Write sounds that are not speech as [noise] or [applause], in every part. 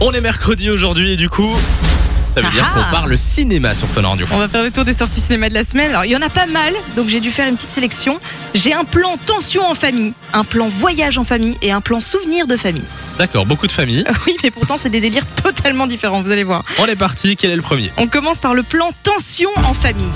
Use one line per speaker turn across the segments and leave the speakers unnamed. On est mercredi aujourd'hui et du coup, ça veut dire
Ah.
qu'on parle cinéma sur Fun Radio.
On va faire le tour des sorties cinéma de la semaine. Alors, il y en a pas mal, donc j'ai dû faire une petite sélection. J'ai un plan tension en famille, un plan voyage en famille et un plan souvenir de famille. [laughs]
D'accord, beaucoup de familles.
Oui, mais pourtant, c'est des délires totalement différents, vous allez voir.
On est parti, quel est le premier
On commence par le plan tension en famille.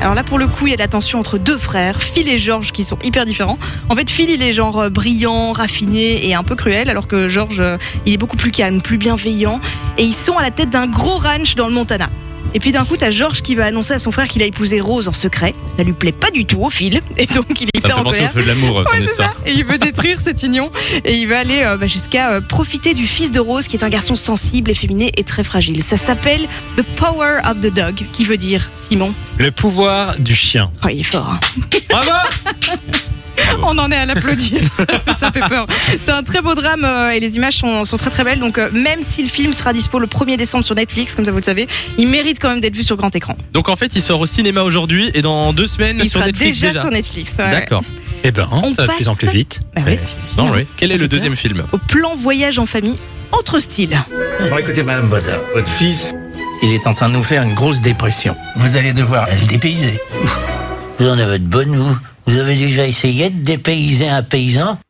Alors là, pour le coup, il y a de la tension entre deux frères, Phil et Georges, qui sont hyper différents. En fait, Phil, il est genre euh, brillant, raffiné et un peu cruel, alors que Georges, euh, il est beaucoup plus calme, plus bienveillant. Et ils sont à la tête d'un gros ranch dans le Montana. Et puis d'un coup, t'as Georges qui va annoncer à son frère qu'il a épousé Rose en secret. Ça lui plaît pas du tout au Phil, et donc il est
Ça me
hyper
fait
en
penser au
colère.
feu de l'amour, ton
Ouais, c'est
histoire.
ça. Et il veut détruire [laughs] cet union. Et il va aller euh, bah, jusqu'à euh, profiter du fils de Rose, qui est un garçon sensible, efféminé et très fragile. Ça s'appelle The Power of the Dog, qui veut dire Simon.
Le pouvoir du chien.
Oh, il est fort. hein.
Bravo Ah
On en est
[laughs]
à l'applaudir. ça, ça fait peur. C'est un très beau drame euh, et les images sont, sont très très belles. Donc, euh, même si le film sera dispo le 1er décembre sur Netflix, comme ça vous le savez, il mérite quand même d'être vu sur grand écran.
Donc en fait, il sort au cinéma aujourd'hui et dans deux semaines
Il
sur
sera
Netflix déjà.
sur Netflix. ouais, ouais.
D'accord.
Eh ben,
On
ça va de plus en
passe-
plus vite.
Bah ouais, t'imagines.
Non, oui. Quel est
Ça
le
fait
deuxième film
Au plan voyage en famille,
[laughs]
autre style.
Bon, écoutez, Madame Botter, votre fils, il est en train de nous faire une grosse dépression. Vous allez devoir le dépayser.
Vous en avez de bonnes, vous. Vous avez déjà essayé de dépayser un paysan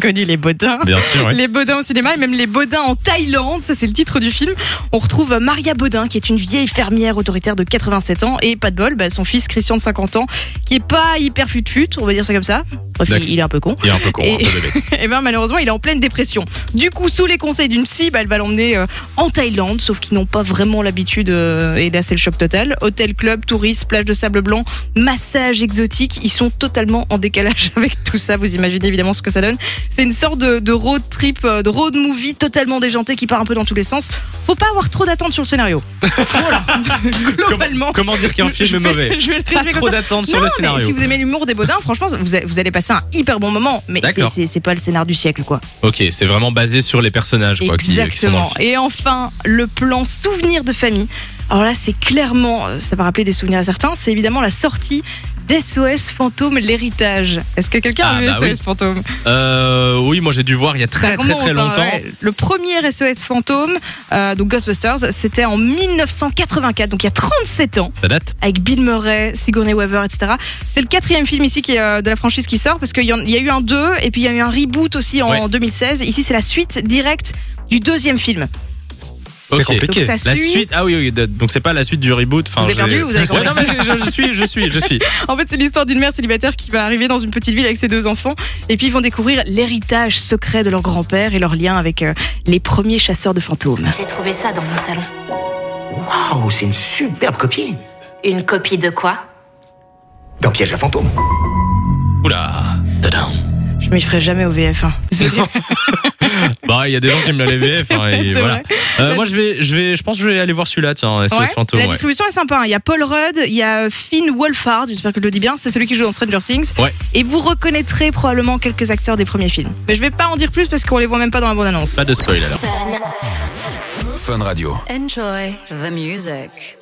Connu les bodins.
Bien sûr,
Les Bodins au cinéma et même les Bodins en Thaïlande, ça c'est le titre du film. On retrouve Maria Bodin qui est une vieille fermière autoritaire de 87 ans et pas de bol, bah, son fils Christian de 50 ans qui est pas hyper futut, on va dire ça comme ça. Bref,
D'accord.
il il est un peu con.
Il est un peu con,
Et-
un peu
[laughs]
bébête.
Et ben malheureusement il est en pleine dépression. Du coup sous les conseils d'une psy, bah, elle va l'emmener euh, en Thaïlande, sauf qu'ils n'ont pas vraiment l'habitude euh, et là c'est le choc total. Hôtel, club, touristes, plage de sable blanc, massage exotique, ils sont totalement en décalage [laughs] avec tout ça. Vous imaginez évidemment ce que ça donne. C'est une sorte de, de road trip, euh, de road movie totalement déjanté qui part un peu dans tous les sens. Faut pas avoir trop d'attentes sur le
[laughs]
scénario. Voilà. Globalement.
Comment dire qu'un
je
film est
vais-
mauvais
Je vais le
Pas
résumer comme
trop
ça.
d'attente sur
Non,
le
mais
scénario.
si vous aimez l'humour des Baudins, franchement, vous, vous allez passer un hyper bon moment. Mais c'est-
D'accord.
c'est c'est pas le scénar du siècle, quoi.
Ok, c'est vraiment basé sur les personnages quoi, qui, qui sont dans le
Exactement.
film.
Et enfin, le plan souvenir de famille. Alors là, c'est clairement, euh, ça va rappeler des souvenirs à certains, c'est évidemment la sortie d'SOS Fantôme l'héritage. Est-ce que quelqu'un
Ah,
a vu
bah
SOS
oui.
Fantôme
Euh, oui, moi j'ai dû voir il y a très
Ça
très
remonte,
très
hein,
longtemps.
ouais. Le premier SOS Fantôme, euh, donc Ghostbusters, c'était en 1984, donc il y a 37 ans
Ça date
avec Bill Murray, Sigourney Weaver, etc. C'est le quatrième film ici qui est, euh, de la franchise qui sort parce qu'il y, en- il y a eu un 2 et puis il y a eu un reboot aussi en
Ouais.
2016. Ici, c'est la suite directe du deuxième film.
C'est
Ok.
compliqué.
Donc ça
La
suit.
suite, ah oui, oui, de- donc c'est pas la suite du reboot. Enfin,
Vous avez
j'ai-
perdu ou vous avez compris
Ouais, non, mais je, je- je suis, je suis, je suis.
En fait, c'est l'histoire d'une mère célibataire qui va arriver dans une petite ville avec ses deux enfants et puis ils vont découvrir l'héritage secret de leur grand-père et leur lien avec euh, les premiers chasseurs de fantômes.
J'ai trouvé ça dans mon salon.
Waouh, c'est une superbe copie
Une copie de quoi
D'un piège à fantôme.
Oula.
Je m'y ferai jamais au hein. VF1.
Bah, il y a des gens qui aiment la VF. hein, et
[laughs] C'est
voilà.
vrai.
Euh,
La-
moi, je vais, je vais, je pense, que je vais aller voir celui-là. Tiens, SOS
Ouais,
Fantôme.
la
ouais.
distribution est sympa. hein. Il y a Paul Rudd, il y a Finn Wolfhard, j'espère que je le dis bien, c'est celui qui joue dans Stranger Things.
Ouais.
Et vous reconnaîtrez probablement quelques acteurs des premiers films. Mais je vais pas en dire plus parce qu'on les voit même pas dans la bande annonce.
Pas de spoil alors.
Enjoy the music.